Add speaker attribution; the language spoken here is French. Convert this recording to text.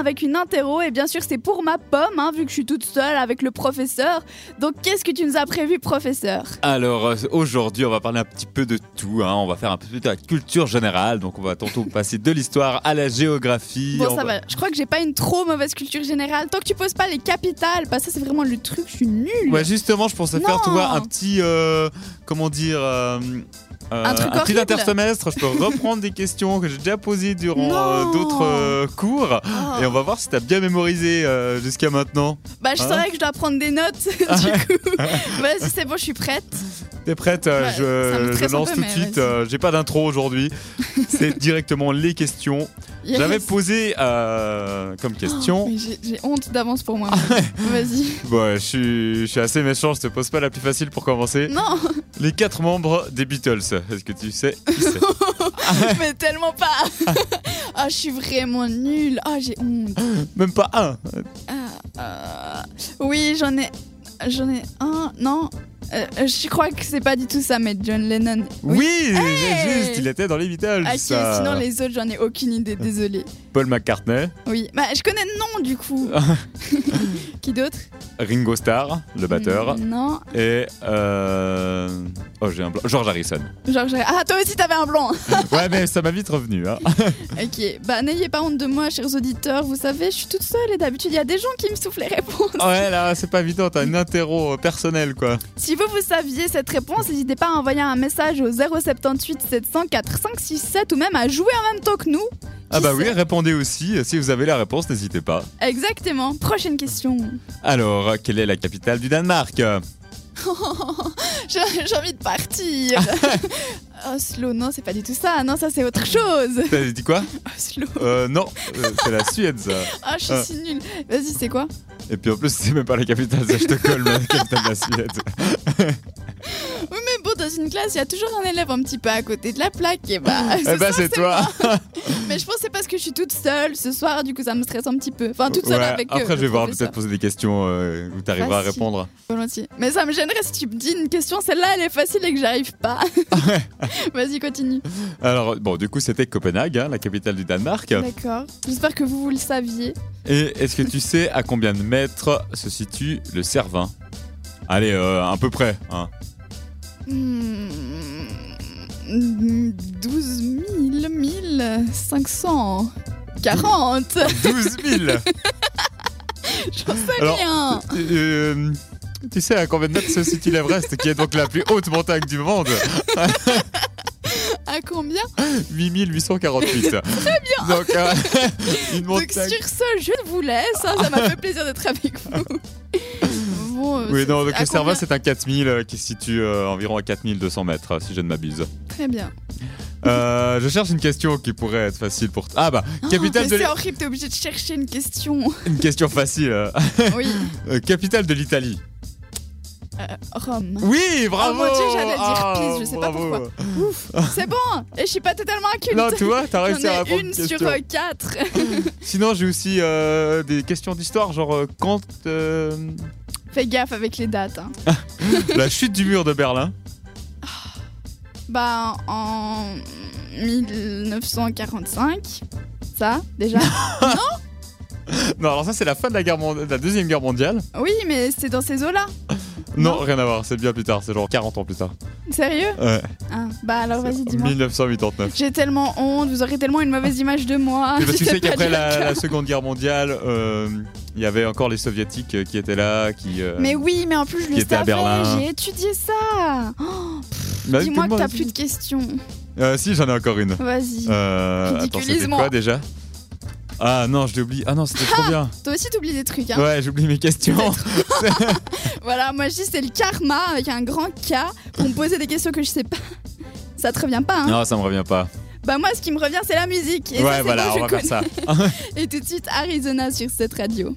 Speaker 1: avec une interro et bien sûr c'est pour ma pomme hein, vu que je suis toute seule avec le professeur. Donc qu'est-ce que tu nous as prévu professeur
Speaker 2: Alors euh, aujourd'hui, on va parler un petit peu de tout. hein. On va faire un peu de la culture générale. Donc on va tantôt passer de l'histoire à la géographie.
Speaker 1: Bon
Speaker 2: On
Speaker 1: ça va, je crois que j'ai pas une trop mauvaise culture générale tant que tu poses pas les capitales parce que ça c'est vraiment le truc, je suis nulle.
Speaker 2: Ouais, justement, je pensais faire,
Speaker 1: Non.
Speaker 2: tu vois, un petit. euh, comment dire euh, euh,
Speaker 1: Un truc
Speaker 2: petit
Speaker 1: horrible.
Speaker 2: intersemestre. Je peux reprendre des questions que j'ai déjà posées durant
Speaker 1: Non.
Speaker 2: euh, d'autres euh, cours.
Speaker 1: Ah.
Speaker 2: Et on va voir si t'as bien mémorisé euh, jusqu'à maintenant.
Speaker 1: Bah je
Speaker 2: Hein Ah.
Speaker 1: saurais que je dois prendre des notes du coup. Vas-y c'est bon je suis prête.
Speaker 2: T'es prête euh,
Speaker 1: Ouais, ça me
Speaker 2: Je,
Speaker 1: stresse
Speaker 2: je lance
Speaker 1: un peu,
Speaker 2: tout de
Speaker 1: mais
Speaker 2: suite.
Speaker 1: vas-y.
Speaker 2: euh, j'ai pas d'intro aujourd'hui. C'est directement les questions.
Speaker 1: Yes.
Speaker 2: J'avais posé euh, comme question.
Speaker 1: Mais J'ai j'ai honte d'avance pour
Speaker 2: Ah
Speaker 1: moi. Vas-y.
Speaker 2: Bon, je suis, je suis assez méchant, je te pose pas la plus facile pour commencer.
Speaker 1: Non,
Speaker 2: Les quatre membres des Beatles, est-ce que tu sais qui c'est Ah
Speaker 1: mais tellement pas. Ah, je suis vraiment nulle. Ah, j'ai honte.
Speaker 2: Même pas un
Speaker 1: Ah, euh, oui, j'en ai, j'en ai un. Non, Euh, je crois que c'est pas du tout ça, mais John Lennon.
Speaker 2: Oui,
Speaker 1: Hey
Speaker 2: juste, il était dans les Beatles.
Speaker 1: Ah, si,
Speaker 2: ça.
Speaker 1: sinon les autres, j'en ai aucune idée. Désolée.
Speaker 2: Paul McCartney,
Speaker 1: Oui, bah je connais le nom du coup. Qui d'autre
Speaker 2: Ringo Starr, le batteur,
Speaker 1: Mm, Non,
Speaker 2: et euh... oh j'ai un blanc, George Harrison.
Speaker 1: genre j'ai- ah toi aussi t'avais un blanc.
Speaker 2: ouais, mais ça m'a vite revenu. Hein.
Speaker 1: ok, bah n'ayez pas honte de moi, chers auditeurs. Vous savez, je suis toute seule et d'habitude il y a des gens qui me soufflent les réponses.
Speaker 2: ouais, là, c'est pas évident, t'as une interro personnelle quoi.
Speaker 1: Si vous vous saviez cette réponse, n'hésitez pas à envoyer un message au 078 704 567 ou même à jouer en même temps que nous.
Speaker 2: Ah
Speaker 1: Qui
Speaker 2: bah
Speaker 1: sait
Speaker 2: oui, répondez aussi. Si vous avez la réponse, n'hésitez pas.
Speaker 1: Exactement. Prochaine question.
Speaker 2: Alors, quelle est la capitale du Danemark
Speaker 1: J'ai j'ai envie de partir. Oslo, non, c'est pas du tout ça. Non, ça c'est autre chose.
Speaker 2: T'as dit quoi
Speaker 1: Oslo.
Speaker 2: Euh, non, euh, c'est la Suède. ça.
Speaker 1: Ah, je suis
Speaker 2: Ah.
Speaker 1: si nulle. Vas-y, c'est quoi
Speaker 2: Et puis en plus, c'est même pas la capitale, c'est Stockholm, la capitale de la Suède.
Speaker 1: Oui, mais bon, dans une classe, il y a toujours un élève un petit peu à côté de la plaque. Et bah, ce
Speaker 2: Eh bah,
Speaker 1: soir,
Speaker 2: c'est toi.
Speaker 1: Mais je pense que c'est parce que je suis toute seule ce soir, du coup ça me stresse un petit peu. Enfin, toute seule
Speaker 2: Ouais,
Speaker 1: avec. euh,
Speaker 2: après,
Speaker 1: le
Speaker 2: je vais voir,
Speaker 1: professeur.
Speaker 2: peut-être poser des questions euh, où t'arriveras à
Speaker 1: Facile.
Speaker 2: répondre.
Speaker 1: Volontiers. Mais ça me gênerait si tu me dis une question, celle-là elle est facile et que j'arrive pas. Vas-y, continue.
Speaker 2: Alors, bon, du coup, c'était Copenhague, hein, la capitale du Danemark.
Speaker 1: D'accord. J'espère que vous, vous le saviez.
Speaker 2: Et est-ce que tu sais à combien de mètres se situe le Cervin Allez, euh, à peu près. hein.
Speaker 1: Hmm, 12 000, 1500. 40
Speaker 2: 12 000
Speaker 1: J'en sais
Speaker 2: Alors,
Speaker 1: rien
Speaker 2: Euh, Tu sais à combien de mètres se situe l'Everest, qui est donc la plus haute montagne du monde
Speaker 1: À combien
Speaker 2: 8848. Très bien Donc, euh, une
Speaker 1: Donc
Speaker 2: montagne.
Speaker 1: sur ce, je vous laisse. hein, ça m'a fait plaisir d'être avec vous. Bon, euh,
Speaker 2: Oui,
Speaker 1: c'est-
Speaker 2: non,
Speaker 1: à
Speaker 2: donc le Cervin,
Speaker 1: combien
Speaker 2: c'est un 4000 euh, qui se situe euh, environ à 4200 mètres, euh, si je ne m'abuse.
Speaker 1: Très bien.
Speaker 2: Euh, je cherche une question qui pourrait être facile pour. Ah bah, capitale
Speaker 1: Mais
Speaker 2: de
Speaker 1: Oh, c'est
Speaker 2: l'I-
Speaker 1: horrible, t'es obligé de chercher une question.
Speaker 2: une question facile. euh,
Speaker 1: Oui.
Speaker 2: euh, capitale de l'Italie.
Speaker 1: Euh, Rome.
Speaker 2: Oui, bravo.
Speaker 1: Oh mon Dieu, j'allais dire
Speaker 2: Ah,
Speaker 1: pisse, je sais pas
Speaker 2: bravo.
Speaker 1: pourquoi. Ouf, c'est bon. Et je suis pas totalement inculte.
Speaker 2: Non, tu vois, t'as réussi à
Speaker 1: J'en ai
Speaker 2: répondre.
Speaker 1: une
Speaker 2: une
Speaker 1: sur
Speaker 2: question.
Speaker 1: euh, quatre.
Speaker 2: Sinon, j'ai aussi euh, des questions d'histoire, genre euh, quand euh,
Speaker 1: Fais gaffe avec les dates. hein.
Speaker 2: la chute du mur de Berlin.
Speaker 1: Bah, en 1945, ça, déjà.
Speaker 2: Non, alors ça, c'est la fin de la, guerre mon- de la deuxième guerre mondiale.
Speaker 1: Oui, mais c'est dans ces eaux-là.
Speaker 2: Non,
Speaker 1: Non.
Speaker 2: rien à voir, c'est bien plus tard, c'est genre 40 ans plus tard.
Speaker 1: Sérieux
Speaker 2: Ouais.
Speaker 1: Ah, Bah alors, vas-y, dis-moi.
Speaker 2: 1989.
Speaker 1: J'ai tellement honte, vous aurez tellement une mauvaise image de moi.
Speaker 2: Mais parce que tu
Speaker 1: C'est
Speaker 2: sais
Speaker 1: pas
Speaker 2: qu'après
Speaker 1: du
Speaker 2: la,
Speaker 1: tout.
Speaker 2: la Seconde Guerre mondiale, euh, il y avait encore les Soviétiques euh, qui étaient là, qui. euh,
Speaker 1: Mais oui, mais en plus, je
Speaker 2: qui
Speaker 1: le
Speaker 2: était à
Speaker 1: savais,
Speaker 2: Berlin.
Speaker 1: j'ai étudié ça. Oh,
Speaker 2: Bah oui,
Speaker 1: dis-moi
Speaker 2: tout
Speaker 1: que
Speaker 2: le
Speaker 1: t'as
Speaker 2: monde-
Speaker 1: plus de questions.
Speaker 2: Euh, si, j'en ai encore une.
Speaker 1: Vas-y.
Speaker 2: Euh, attends, c'était
Speaker 1: Ridiculise-moi.
Speaker 2: quoi déjà Ah non, je l'oublie. Ah non, c'était trop bien.
Speaker 1: Toi aussi, t'oublies des trucs, hein.
Speaker 2: Ouais, j'oublie mes questions.
Speaker 1: Voilà, moi je dis c'est le karma avec un grand K pour me poser des questions que je sais pas. Ça te revient pas, hein
Speaker 2: Non, ça me revient pas.
Speaker 1: Bah moi ce qui me revient c'est la musique. Et ça,
Speaker 2: ouais,
Speaker 1: c'est
Speaker 2: voilà,
Speaker 1: bon,
Speaker 2: on
Speaker 1: je
Speaker 2: va
Speaker 1: connais.
Speaker 2: faire ça.
Speaker 1: Et tout de suite Arizona sur cette radio.